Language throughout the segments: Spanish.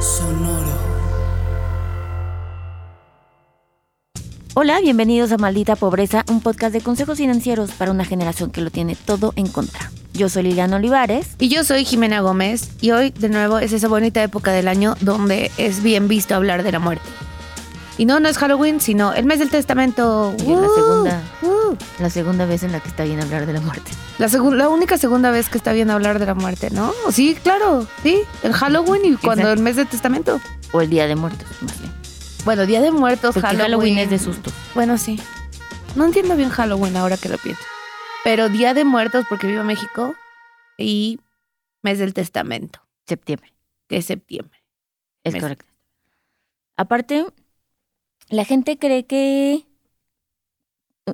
Sonoro. Hola, bienvenidos a Maldita Pobreza, un podcast de consejos financieros para una generación que lo tiene todo en contra. Yo soy Liliana Olivares. Y yo soy Jimena Gómez y hoy de nuevo es esa bonita época del año donde es bien visto hablar de la muerte. Y no, no es Halloween, sino el mes del testamento. Y en la ¡Uh! segunda. ¡Uh! La segunda vez en la que está bien hablar de la muerte. La, segun- la única segunda vez que está bien hablar de la muerte, ¿no? Sí, claro, sí. El Halloween y cuando Exacto. el mes del testamento. O el Día de Muertos, más bien. Bueno, Día de Muertos, Porque Halloween, es de susto. Bueno, sí. No entiendo bien Halloween ahora que lo pienso. Pero Día de Muertos porque vivo en México y mes del testamento, Septiembre, que es septiembre. es Mes. correcto. Aparte, la gente cree que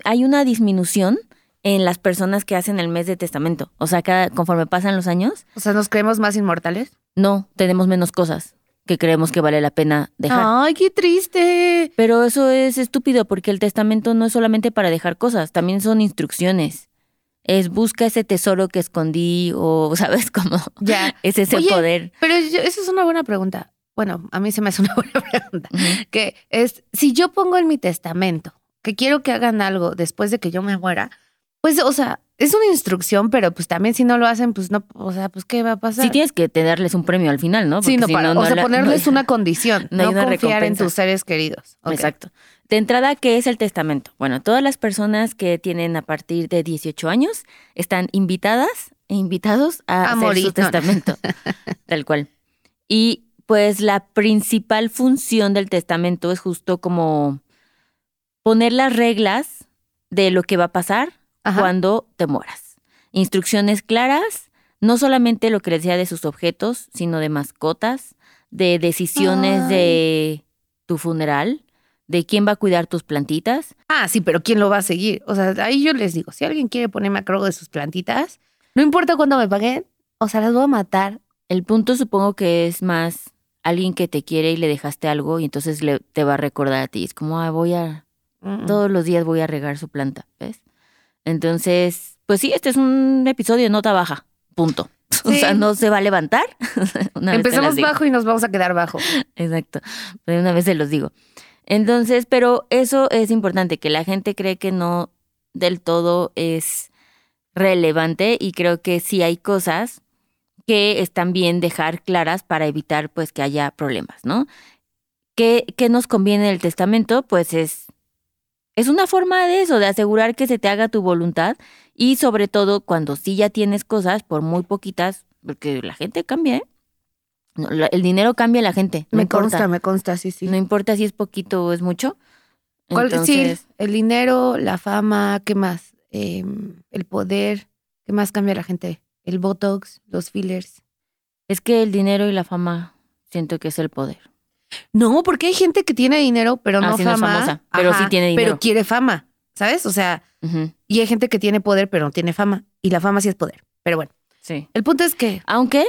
hay una disminución en las personas que hacen el mes de testamento. O sea, cada, conforme pasan los años, O sea, nos creemos más inmortales. no tenemos menos cosas que creemos que vale la pena dejar. Ay, qué triste. Pero eso es estúpido porque el testamento no es solamente para dejar cosas, también son instrucciones. Es busca ese tesoro que escondí o, ¿sabes cómo? Ya. Es ese Oye. poder. Pero yo- esa es una buena pregunta. Bueno, a mí se me hace una buena pregunta. Ujú. Que es, si yo pongo en mi testamento que quiero que hagan algo después de que yo me muera, pues, o sea, es una instrucción, pero pues también si no lo hacen, pues no, o sea, pues ¿qué va a pasar? sí tienes que te darles un premio al final, ¿no? Sí, Porque no, si para, o sea, la- ponerles no- una condición, no hay no, una confiar en recompensa. tus seres queridos. Ok. Exacto. De entrada, ¿qué es el testamento? Bueno, todas las personas que tienen a partir de 18 años están invitadas e invitados a, A hacer morir, su no, no. testamento. Tal cual. Y pues la principal función del testamento es justo como poner las reglas de lo que va a pasar Ajá. cuando te mueras. Instrucciones claras, no solamente lo que les decía de sus objetos, sino de mascotas, de decisiones de tu funeral, de quién va a cuidar tus plantitas. Ah, sí, pero ¿quién lo va a seguir? O sea, ahí yo les digo, si alguien quiere ponerme a cargo de sus plantitas, no importa cuándo me paguen, o sea, las voy a matar. El punto supongo que es más alguien que te quiere y le dejaste algo y entonces le- te va a recordar a ti. Es como, ah, voy a, Mm. todos los días voy a regar su planta, ¿ves? Entonces, pues sí, este es un episodio de nota baja, punto. O Sí. sea, no se va a levantar. Una vez te las Empezamos digo. bajo y nos vamos a quedar bajo. Exacto. De una vez se los digo. Entonces, pero eso es importante, que la gente cree que no del todo es relevante y creo que sí hay cosas que están bien dejar claras para evitar pues que haya problemas, ¿no? ¿Qué, qué nos conviene del testamento? Pues es, es una forma de eso, de asegurar que se te haga tu voluntad y sobre todo cuando sí ya tienes cosas, por muy poquitas, porque la gente cambia, ¿eh? No, la- El dinero cambia a la gente. no me importa. consta, me consta, sí, sí. No importa si es poquito o es mucho. ¿Cuál- Entonces, sí, el dinero, la fama, ¿qué más? Eh, el poder, ¿qué más cambia la gente? El botox, los fillers. es que el dinero y la fama siento que es el poder. No, porque hay gente que tiene dinero, pero Ah, no sí, no es fama. famosa, pero sí tiene dinero. Pero quiere fama, ¿sabes? O sea, Ujú, y hay gente que tiene poder, pero no tiene fama. Y la fama sí es poder. Pero bueno, Sí. el punto es que. Aunque,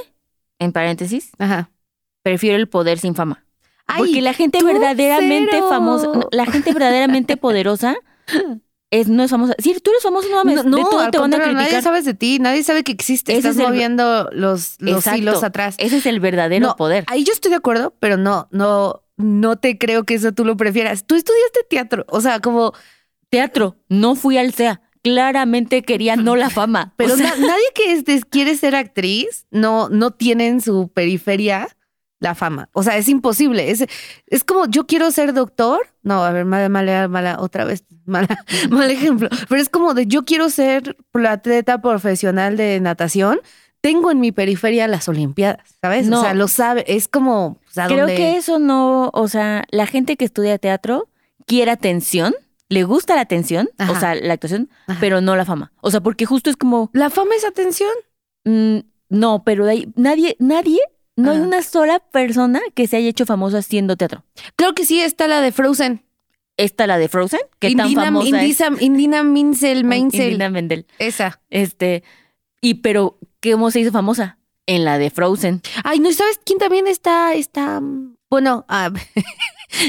en paréntesis, Ajá. prefiero el poder sin fama. Ay, porque la gente tú verdaderamente cero. famosa, no, la gente verdaderamente poderosa es, no es famosa. Si tú eres famoso, no mames, no, no, de todo al te van a contrario, nadie criticar. sabes de ti, nadie sabe que existes. Ese Estás es el- moviendo los, los Exacto. hilos atrás. Ese es el verdadero No, poder. Ahí yo estoy de acuerdo, pero no, no, no te creo que eso tú lo prefieras. Tú estudiaste teatro, o sea, como, Teatro, no fui al CEA. Claramente quería no la fama. pero O sea, na- nadie que este, quiere ser actriz no, no tiene en su periferia la fama. O sea, es imposible. Es, es como yo quiero ser doctor. No, a ver, mala, mala, mala, otra vez, mala, mal ejemplo. Pero es como de yo quiero ser atleta profesional de natación. Tengo en mi periferia las Olimpiadas, ¿sabes? No. O sea, lo sabe. Es como, o sea, Creo donde- que eso no, o sea, la gente que estudia teatro quiere atención, le gusta la atención, o Ajá. sea, la actuación, Ajá. pero no la fama. O sea, porque justo es como, La fama es atención. mm, no, pero de ahí- nadie, nadie, no hay Ajá. una sola persona que se haya hecho famosa haciendo teatro. Claro que sí, está la de Frozen. Esta la de Frozen, que tan Indina, famosa es. Indisa- Indina Menzel, Menzel. Indina Menzel. Esa. Este, y pero, ¿cómo se hizo famosa? En la de Frozen. Ay, no, ¿y ¿sabes quién también está? está mm, bueno, ah,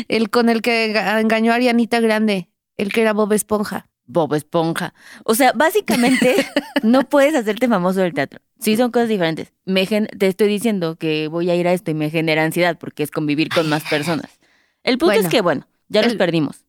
el con el que enga- engañó a Arianita Grande, el que era Bob Esponja. Bob Esponja. O sea, básicamente no puedes hacerte famoso del teatro. Sí, son cosas diferentes. Me gen- te estoy diciendo que voy a ir a esto y me genera ansiedad porque es convivir con más personas. El punto Bueno, es que, bueno, ya los el- perdimos.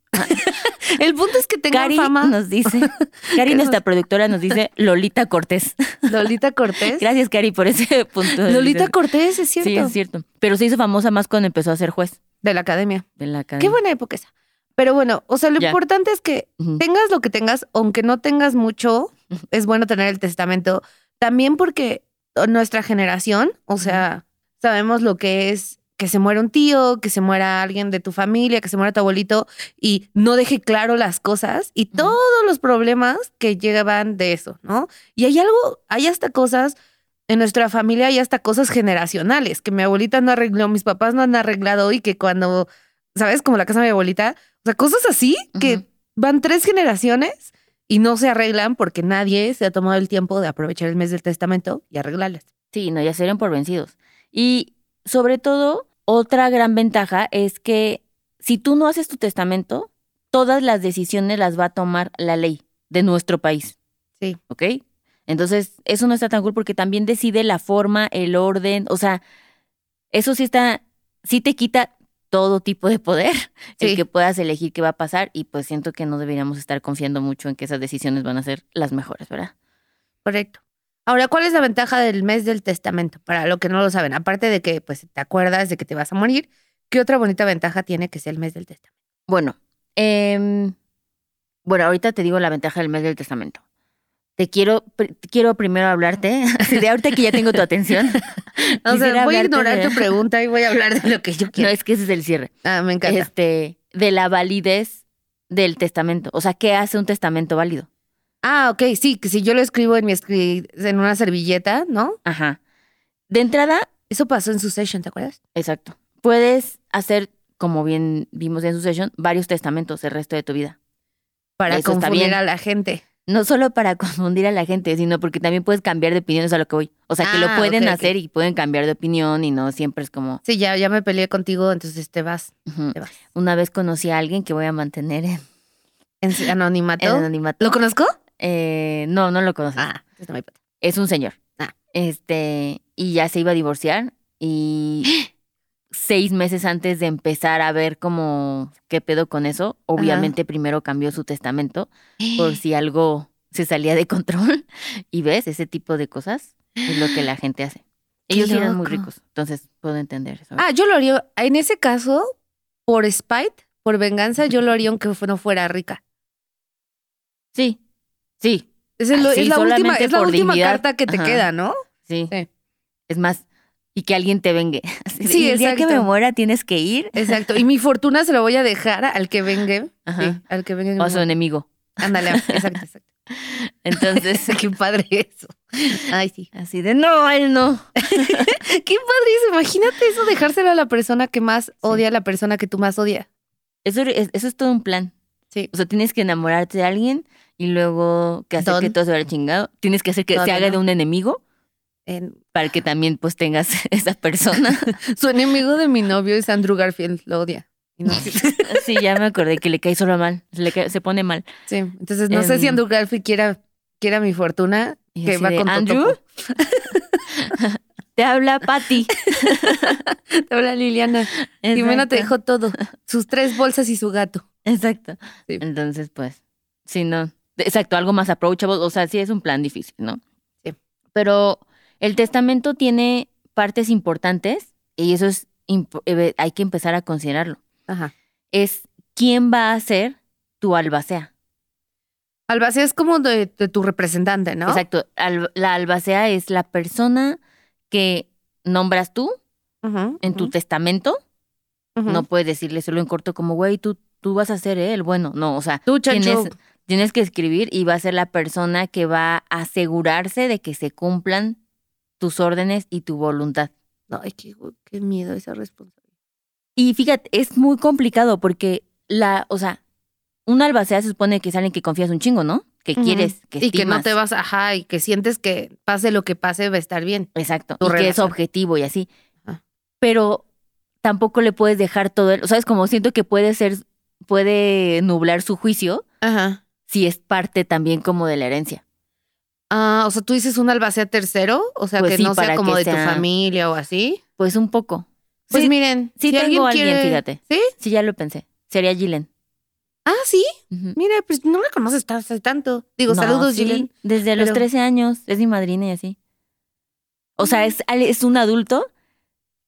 El punto es que tengan Cari fama. nos dice, Cari, nuestra productora nos dice Lolita Cortés. Lolita Cortés. Gracias, Cari, por ese punto. de Lolita licencia. Cortés, es cierto. Sí, es cierto. Pero se hizo famosa más cuando empezó a ser juez De la academia. de la academia. Qué buena época esa. Pero bueno, o sea, lo Ya. importante es que Ujú. tengas lo que tengas, aunque no tengas mucho, Ujú. es bueno tener el testamento. También porque nuestra generación, o sea, sabemos lo que es que se muera un tío, que se muera alguien de tu familia, que se muera tu abuelito y no deje claro las cosas y Ujú. todos los problemas que llegaban de eso, ¿no? Y hay algo, hay hasta cosas en nuestra familia, hay hasta cosas generacionales que mi abuelita no arregló, mis papás no han arreglado y que cuando, ¿sabes? Como la casa de mi abuelita, o sea, cosas así que Ujú. van tres generaciones y no se arreglan porque nadie se ha tomado el tiempo de aprovechar el mes del testamento y arreglarlas. Sí, no, ya se dieron por vencidos. Y sobre todo, otra gran ventaja es que si tú no haces tu testamento, todas las decisiones las va a tomar la ley de nuestro país. Sí. ¿Ok? Entonces, eso no está tan cool porque también decide la forma, el orden, o sea, eso sí está, sí te quita todo tipo de poder el Sí. que puedas elegir qué va a pasar y pues siento que no deberíamos estar confiando mucho en que esas decisiones van a ser las mejores, ¿verdad? Correcto. Ahora, ¿cuál es la ventaja del mes del testamento? Para lo que no lo saben, aparte de que pues te acuerdas de que te vas a morir, ¿qué otra bonita ventaja tiene que sea el mes del testamento? Bueno, em, bueno, ahorita te digo la ventaja del mes del testamento. Te quiero, pr- quiero primero hablarte, así de ahorita que ya tengo tu atención. O sea, Quisiera voy a hablarte ignorar de- tu pregunta y voy a hablar de lo que yo No, quiero. es que ese es el cierre. Ah, me encanta. Este, de la validez del testamento. O sea, ¿qué hace un testamento válido? Ah, ok, sí, que si yo lo escribo en mi escri- en una servilleta, ¿no? Ajá. De entrada, Eso pasó en su session, ¿te acuerdas? exacto. Puedes hacer, como bien vimos en su sesión, varios testamentos el resto de tu vida. Para Eso está confundir bien. a la gente. No solo para confundir a la gente, sino porque también puedes cambiar de opinión, es a lo que voy. O sea, que lo Ah, pueden ok, ok. hacer y pueden cambiar de opinión y no siempre es como... Sí, ya, ya me peleé contigo, entonces te vas. ujú. Te vas. Una vez conocí a alguien que voy a mantener en, En s- anonimato. en anonimato. ¿Lo conozco? Eh, no, no lo conoces. Ah, entonces no me importa. Es un señor. Ah. Este, y ya se iba a divorciar y seis meses antes de empezar a ver como qué pedo con eso, obviamente primero cambió su testamento Pues, por si algo se salía de control. Y ves, ese tipo de cosas es lo que la gente hace. Qué Ellos sí eran muy loco. ricos, entonces puedo entender eso. Ah, yo lo haría. En ese caso, por spite, por venganza, yo lo haría aunque fu- no fuera rica. sí, sí, Es, el- Ah, sí, es la solamente última, es la por última dignidad. carta que te Ajá. queda, ¿no? sí, Sí. Es más, y que alguien te vengue. Así de, Sí, "Y el día que me exacto. muera tienes que ir Exacto. Y mi fortuna se la voy a dejar al que venga. Ajá. Sí, al que venga. en mi a su momento. enemigo. Ándale, exacto, exacto. Entonces, Qué padre eso. Ay, sí. así de, no, él no. Qué padre eso. Imagínate eso, dejárselo a la persona que más odia, a la persona que tú más odias. Eso es, eso es todo un plan. Sí. O sea, tienes que enamorarte de alguien y luego que hacer Don. que todo se vaya chingado. Tienes que hacer que No, se no, haga de no. un enemigo En- para que también pues tengas esa persona. Su enemigo de mi novio es Andrew Garfield, lo odia. Y no- sí, sí, ya me acordé que le cae solo mal. Le cae- se pone mal. entonces no sé si Em. Andrew Garfield quiera, quiera mi fortuna, Y que así va de, con Andrew, Totopo. te habla Patty. Hola Liliana, Jimena te dejó todo, sus tres bolsas y su gato. Exacto. Sí. Entonces, pues, sí, no. Exacto, algo más approachable. O sea, sí es un plan difícil, ¿no? Sí. Pero el testamento tiene partes importantes y eso es imp- eh, hay que empezar a considerarlo. Ajá. Es quién va a ser tu albacea. Albacea es como de, de tu representante, ¿no? Exacto. al- la albacea es la persona que nombras tú Ujú, en tu ujú, testamento. ujú. No puedes decirle solo en corto como, güey, tú, tú vas a ser él. Bueno, no, o sea, Tú, ¿Quién Chancho. es? Tienes que escribir y va a ser la persona que va a asegurarse de que se cumplan tus órdenes y tu voluntad. Ay, qué, qué miedo esa responsabilidad. Y fíjate, es muy complicado porque la, o sea, un albacea se supone que es alguien que confías un chingo, ¿no? Que Ujú. quieres, que Y que no estimas. te vas, ajá, y que sientes que pase lo que pase va a estar bien. Exacto. tu y que es relación. objetivo y así. Ajá. Pero tampoco le puedes dejar todo, el, o sea, es como siento que puede ser puede nublar su juicio Ajá. si es parte también como de la herencia. Ah, o sea, tú dices un albacea tercero, o sea, Pues que sí, no sea para como que de tu sea- familia o así. Pues un poco. Pues sí, miren, sí si tengo alguien a alguien, quiere- fíjate. ¿Sí? sí, ya lo pensé. Sería Gillen. Ah, sí. Ujú. Mira, pues no la conoces tan- hace tanto. Digo, No, saludos, sí, Gillian. Desde los pero- 13 años, es mi madrina y así. O sea, es, es un adulto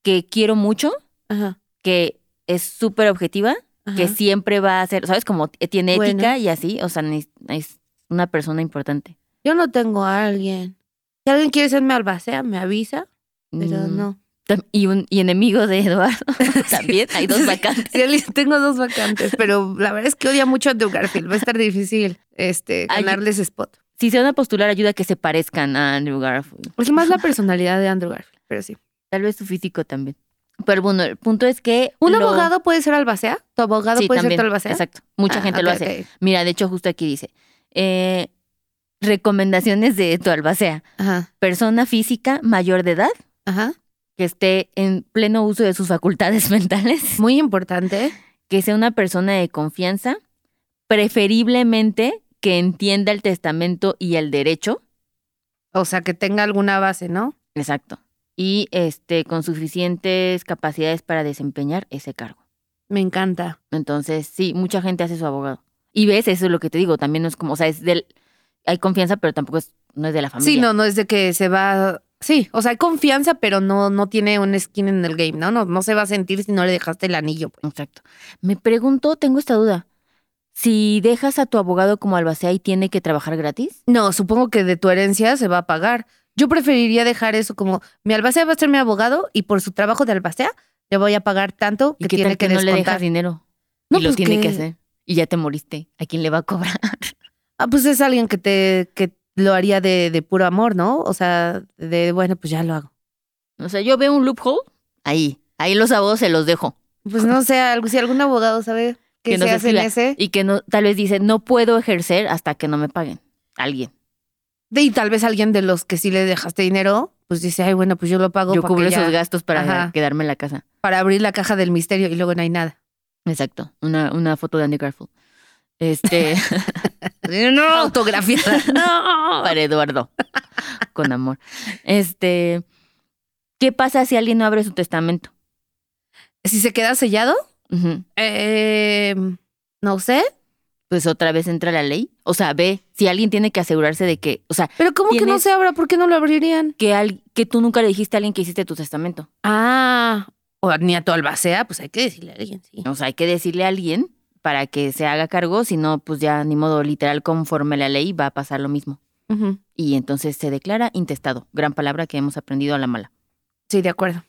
que quiero mucho, Ajá. que es súper objetiva, ajá. que siempre va a ser, ¿sabes? Como t- tiene Bueno. ética y así, o sea, ni- es una persona importante. Yo no tengo a alguien. Si alguien quiere serme albacea, me avisa, pero Mm, no. tam- Y, un, y enemigo de Eduardo también, hay dos Sí. vacantes. Sí, alguien- tengo dos vacantes, pero la verdad es que odia mucho a Andrew Garfield. Va a estar difícil este, Ay, ganarles spot. Si se van a postular, ayuda a que se parezcan a Andrew Garfield. Porque más la personalidad de Andrew Garfield, pero sí. Tal vez su físico también. Pero bueno, el punto es que... ¿Un lo- abogado puede ser albacea? ¿Tu abogado Sí, puede también, ser tu albacea? Exacto. Mucha Ah, gente lo ok, hace. ok. Mira, de hecho, justo aquí dice: eh, recomendaciones de tu albacea. Ajá, Persona física mayor de edad ajá. que esté en pleno uso de sus facultades mentales, Muy importante. que sea una persona de confianza, preferiblemente que entienda el testamento y el derecho. O sea, que tenga alguna base, ¿no? Exacto. Y este, con suficientes capacidades para desempeñar ese cargo. Me encanta. Entonces, sí, mucha gente hace su abogado. Y ves, eso es lo que te digo, también no es como, o sea, es del, hay confianza, pero tampoco es, no es de la familia. Sí, no, no es de que se va. Sí, o sea, hay confianza, pero no, no tiene un skin en el game, ¿no? ¿no? No se va a sentir si no le dejaste el anillo. pues. Exacto. Me pregunto, tengo esta duda. Si dejas a tu abogado como albacea y tiene que trabajar gratis, No, supongo que de tu herencia se va a pagar. Yo preferiría dejar eso como mi albacea va a ser mi abogado y por su trabajo de albacea le voy a pagar tanto ¿y que qué tiene tal que, que, no le descontar. dejas dinero? No, y lo pues tiene que- que hacer. Y ya te moriste. ¿A quién le va a cobrar? Ah, pues es alguien que te que lo haría de, de puro amor, ¿no? O sea, de bueno, pues ya lo hago. O sea, yo veo un loophole. Ahí. Ahí los abogados se los dejo. Pues no sé, algo- si algún abogado sabe qué Que se nos hace en escriba. ese. Y que no, tal vez dice, no puedo ejercer hasta que no me paguen. Alguien. De- Y tal vez alguien de los que sí le dejaste dinero, pues dice, ay, bueno, pues yo lo pago Yo para, que cubro ya- esos gastos para Ajá. quedarme en la casa. para abrir la caja del misterio y luego no hay nada. Exacto. Una, una foto de Andy Garfield. Este. no, autografiada. no. para Eduardo. Con amor. Este. ¿Qué pasa si alguien no abre su testamento? Si se queda sellado, Ujú. eh, no sé. Pues otra vez entra la ley. O sea, ve, si alguien tiene que asegurarse de que, o sea, Pero ¿cómo que no Tienes- se abra? ¿Por qué no lo abrirían? que, al- que tú nunca le dijiste a alguien que hiciste tu testamento. Ah, o ni a tu albacea, pues hay que decirle a alguien, sí. O sea, hay que decirle a alguien para que se haga cargo, si no, pues ya ni modo, literal, conforme la ley va a pasar lo mismo. Ujú, Y entonces se declara intestado. Gran palabra que hemos aprendido a la mala. Sí, de acuerdo.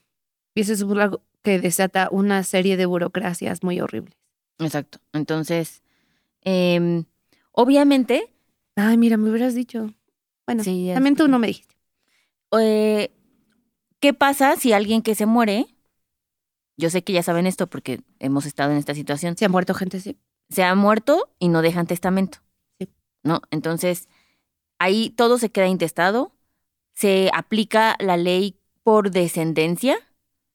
Y eso es algo que desata una serie de burocracias muy horribles. Exacto. Entonces, em, obviamente, Ay, mira, me hubieras dicho. Bueno, Sí, ya también tú no me dijiste. eh, ¿qué pasa si alguien que se muere, yo sé que ya saben esto porque hemos estado en esta situación, Se ha muerto gente, sí. se ha muerto y no dejan testamento? Sí. ¿No? Entonces, ahí todo se queda intestado, se aplica la ley por descendencia,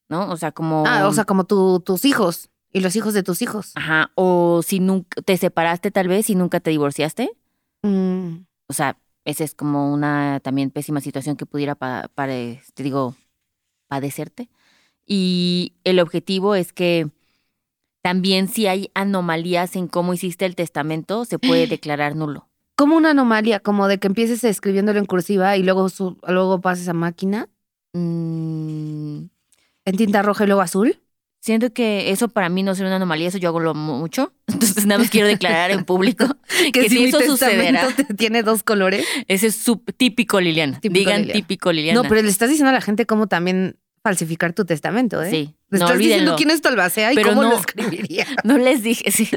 ¿no? O sea, como... Ah, o sea, como tu- tus hijos y los hijos de tus hijos. Ajá, o si nunca te separaste tal vez y nunca te divorciaste. Mm, O sea, esa es como una también pésima situación que pudiera, pa- pare- te digo, padecerte. Y el objetivo es que también si hay anomalías en cómo hiciste el testamento, se puede declarar nulo. Como una anomalía, como de que empieces escribiéndolo en cursiva y luego, su- luego pases a máquina Mm, en tinta roja y luego azul. siento que eso para mí no sería una anomalía, eso yo hago lo mu- mucho. Entonces nada más quiero declarar en público que si mi eso testamento sucederá. te- tiene dos colores. Ese es su- típico Liliana. Típico Digan Liliana. típico Liliana. No, pero le estás diciendo a la gente cómo también falsificar tu testamento, ¿eh? Sí, Le no estás diciendo olvídenlo. quién es tu albacea y Pero cómo lo no. escribiría. No les dije, sí,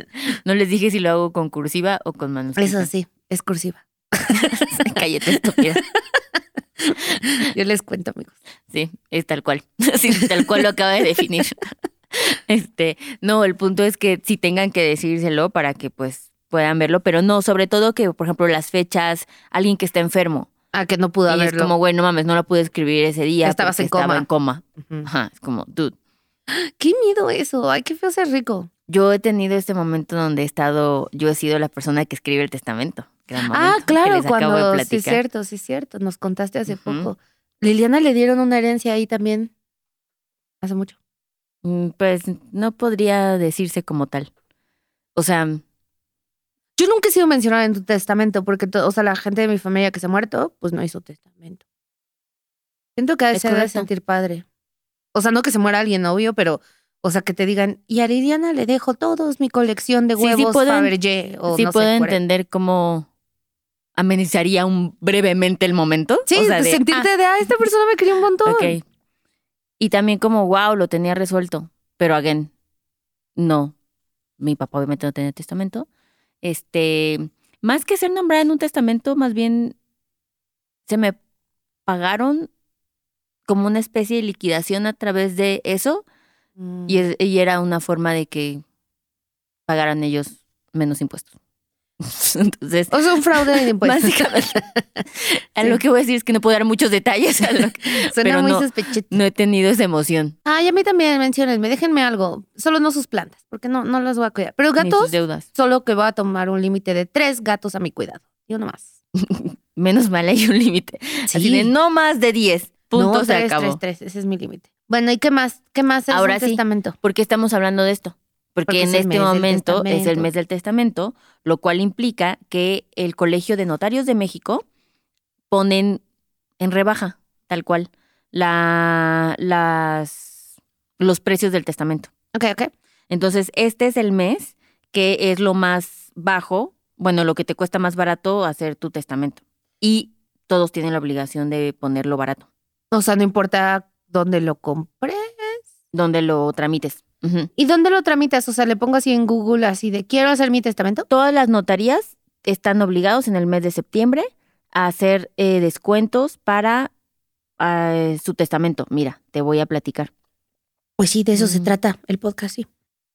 no les dije si lo hago con cursiva o con manuscrito. Eso sí, es cursiva. Cállate, estúpida. Yo les cuento, amigos. Sí, es tal cual. Sí, tal cual lo acaba de definir. Este, no, el punto es que sí tengan que decírselo para que pues puedan verlo, pero no, sobre todo que, por ejemplo, las fechas, alguien que está enfermo. Ah, que no y pudo es haberlo. como, güey, no mames, no la pude escribir ese día. Estabas porque en estaba coma. en coma. Ujú. Ajá, es como, dude. Qué miedo eso. Ay, qué feo ser rico. yo he tenido este momento donde he estado, yo he sido la persona que escribe el testamento. gran Ah, momento que claro, les acabo de cuando sí platicar. es cierto, sí es cierto, nos contaste hace Ujú. poco. Liliana le dieron una herencia ahí también hace mucho. Mm, Pues no podría decirse como tal. O sea, Yo nunca he sido mencionada en tu testamento porque, to- o sea, la gente de mi familia que se ha muerto, pues no hizo testamento. Siento que a Es veces de correcto. sentir padre. O sea, no que se muera alguien, obvio, pero, o sea, que te digan, y a Liliana le dejo todos mi colección de Sí, sí huevos puedo en- Fabergé", o sí no sé, e-, puedo fuera. entender cómo amenizaría un brevemente el momento. Sí, O sea, de, sentirte de, ah, esta persona me quería un montón. Ok. Y también como, wow, lo tenía resuelto. Pero again, no. Mi papá obviamente no tenía testamento. Este, más que ser nombrada en un testamento, más bien se me pagaron como una especie de liquidación a través de eso. Mm. Y, es- y era una forma de que pagaran ellos menos impuestos. Entonces, O sea, un fraude de impuestos. básicamente, a lo pues. Sí. que voy a decir es que no puedo dar muchos detalles. a lo que- Suena pero muy no. sospechito. no he tenido esa emoción. Ay, a mí también mencionenme, déjenme algo. Solo no sus plantas, porque no, no las voy a cuidar. Pero ni sus gatos, deudas. solo que voy a tomar un límite de tres gatos a mi cuidado. Y uno más. Menos mal hay un límite. Así de no más de 10. Punto No, se tres, acabó. tres, tres. Ese es mi límite. Bueno, ¿y qué más? ¿Qué más es Ahora un sí. testamento? ¿Por qué estamos hablando de esto? Porque, Porque es en el este mes del momento es el testamento. mes del testamento, lo cual implica que el Colegio de Notarios de México ponen en rebaja, tal cual, la, las, los precios del testamento. Ok, ok. Entonces, este es el mes que es lo más bajo, bueno, lo que te cuesta más barato hacer tu testamento. Y todos tienen la obligación de ponerlo barato, O sea, no importa dónde lo compré. donde lo tramites. Ujú. ¿Y dónde lo tramitas? O sea, le pongo así en Google, así de quiero hacer mi testamento. Todas las notarías están obligados en el mes de septiembre a hacer eh, descuentos para eh, su testamento. Mira, te voy a platicar. Pues sí, de eso se Ujú. trata el podcast, sí.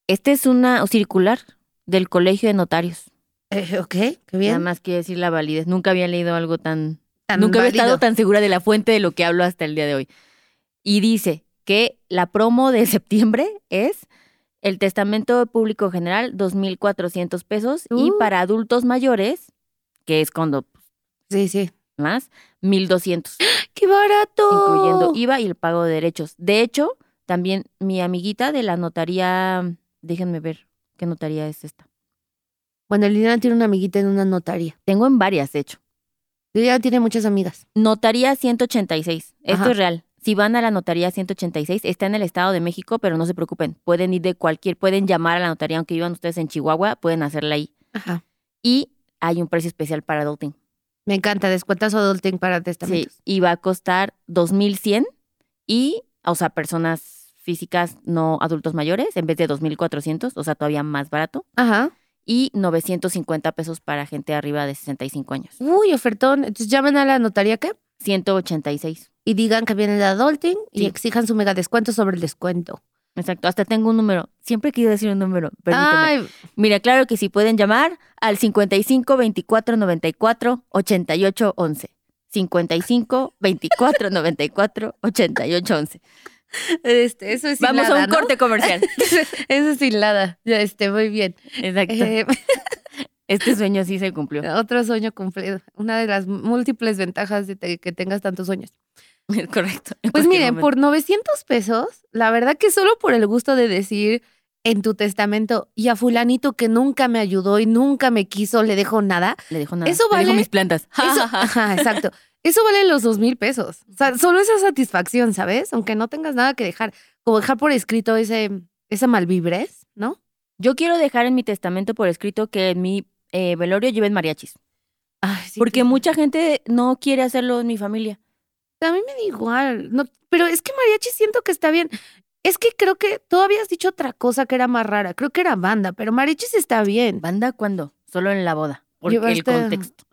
Este es una circular del Colegio de Notarios. Eh, ok, qué Nada bien. más quiere decir la validez. Nunca había leído algo tan Tan Nunca había válido. estado tan segura de la fuente de lo que hablo hasta el día de hoy. Y dice que la promo de septiembre es el testamento público general, 2.400 pesos. Y Uh. para adultos mayores, que es cuando Sí, sí. más, 1.200, ¡Qué barato! ¡Oh! incluyendo IVA y el pago de derechos. De hecho, también mi amiguita de la notaría, déjenme ver qué notaría es esta. Bueno, Liliana tiene una amiguita en una notaría. Tengo en varias, de hecho. Liliana tiene muchas amigas. Notaría 186. Esto Ajá. es real. Si van a la notaría 186, está en el Estado de México, pero no se preocupen. Pueden ir de cualquier, pueden llamar a la notaría, aunque vivan ustedes en Chihuahua, pueden hacerla ahí. Ajá. Y hay un precio especial para adulting. Me encanta, descuentas adulting para Sí, testamentos. y va a costar 2100 y, o sea, personas físicas no adultos mayores, en vez de 2400, o sea, todavía más barato. Ajá. Y 950 pesos para gente arriba de 65 años. Uy, ofertón. Entonces llamen a la notaría que 186. y digan que viene de adulting y Sí. exijan su mega descuento sobre el descuento. Exacto, hasta tengo un número. Siempre he querido decir un número. Permíteme. Ay, Mira, claro que sí pueden llamar al 55 24 94 88 11. 55 24 94 88 11. este, eso es Vamos hilada, a un ¿no? corte comercial. Eso es hilada. Ya, este, muy bien. Exacto. Eh, Este sueño sí se cumplió. otro sueño cumplido. Una de las múltiples ventajas de te- que tengas tantos sueños. Es correcto. Pues miren, por 900 pesos, la verdad que solo por el gusto de decir en tu testamento y a fulanito que nunca me ayudó y nunca me quiso, le dejo nada. Le dejo nada. eso Le dejo vale- mis plantas. Ja, ja, Eso, ja. ajá, exacto. Eso vale los dos mil pesos. O sea, solo esa satisfacción, ¿sabes? Aunque no tengas nada que dejar, como dejar por escrito ese, esa malvibres, ¿no? Yo quiero dejar en mi testamento por escrito que en mi eh, velorio lleven mariachis. Ay, sí, porque que- mucha gente no quiere hacerlo en mi familia. A mí me da igual. No, pero es que mariachi siento que está bien. Es que creo que tú habías dicho otra cosa que era más rara. Creo que era banda, pero mariachis está bien. ¿Banda cuándo? Solo en la boda. Porque el Llevaste- contexto.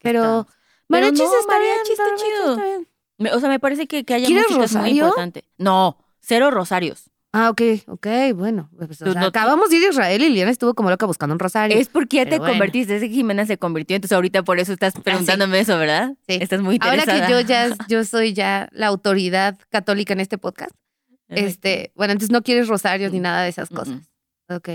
que pero- estábamos. Pero Mariachis no, está mariachi bien, está mariachi chido. está bien. Me- o sea, me parece que, que haya ¿Quieres música es muy rosario? importante. No, cero rosarios. Ah, ok, ok, bueno. pues, o Tú sea, no- acabamos de ir a Israel y Liliana estuvo como loca buscando un rosario. Es porque ya Pero te bueno. convertiste, es que Jimena se convirtió, entonces ahorita por eso estás preguntándome eso, ¿verdad? Sí. Estás muy Ahora interesada. que yo ya yo soy ya la autoridad católica en este podcast, Exacto. este, bueno, entonces no quieres rosarios ni nada de esas Mm, mm. cosas. Ok,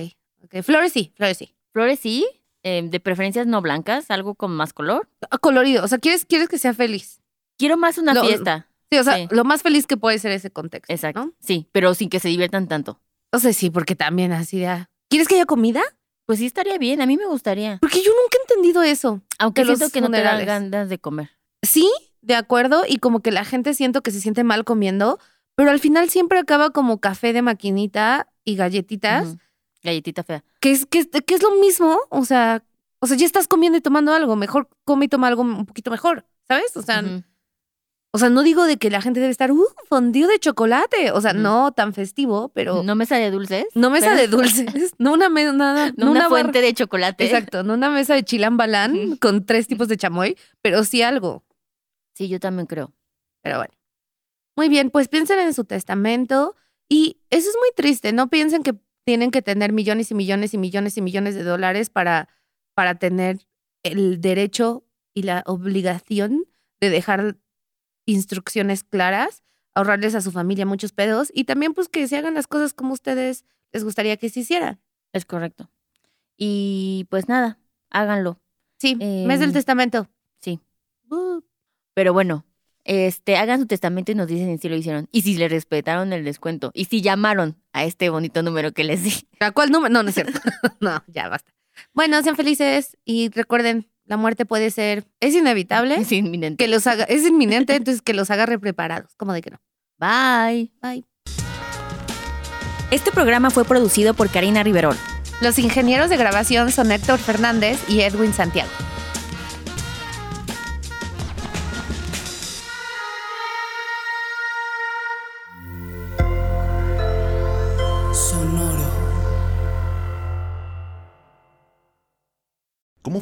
Ok, Flores sí, flores sí. Flores sí, eh, de preferencias no blancas, algo con más color. Ah, Colorido, o sea, quieres, quieres que sea feliz. Quiero más una Lo- fiesta. Sí, o sea, Sí. lo más feliz que puede ser ese contexto. Exacto. ¿no? Sí, pero sin que se diviertan tanto. O sea, sí, porque también así de. ah, ¿Quieres que haya comida? Pues sí estaría bien, a mí me gustaría. Porque yo nunca he entendido eso. Aunque De los siento que no te dan funerales. ganas de comer. Sí, de acuerdo, y como que la gente siento que se siente mal comiendo, pero al final siempre acaba como café de maquinita y galletitas, Ujú. Galletita fea. que, es, que, es- que es lo mismo, o sea, o sea, ya estás comiendo y tomando algo, mejor come y toma algo un poquito mejor, ¿sabes? O sea, Ujú. o sea no digo de que la gente debe estar, uh, fondido de chocolate, o sea, Ujú. no tan festivo, pero no, No mesa de dulces. mesa pero- de dulces, no una, me- nada- No una, no una barra- fuente de chocolate. Exacto, no una mesa de chilambalán Ujú. con tres tipos de chamoy, pero sí algo. Sí, yo también creo. Pero bueno. Muy bien, pues piensen en su testamento. Y eso es muy triste. No piensen que tienen que tener millones y millones y millones y millones de dólares para, para tener el derecho y la obligación de dejar instrucciones claras, ahorrarles a su familia muchos pedos y también pues que se hagan las cosas como ustedes les gustaría que se hicieran. Es correcto. Y pues nada, háganlo. Sí, mes Em, del testamento. sí. Uh, Pero bueno, este, hagan su testamento y nos dicen si lo hicieron. Y si le respetaron el descuento. Y si llamaron a este bonito número que les di. ¿A cuál número? No, no es cierto. no, ya basta. Bueno, sean felices y recuerden, la muerte puede ser, es inevitable, Es inminente. que los haga, es inminente, entonces que los agarre preparados, como de que no. Bye. Bye. Este programa fue producido por Karina Riverol. Los ingenieros de grabación son Héctor Fernández y Edwin Santiago. ¿Cómo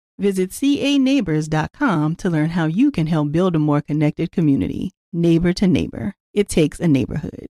Visit caneighbors.com to learn how you can help build a more connected community, neighbor to neighbor. It takes a neighborhood.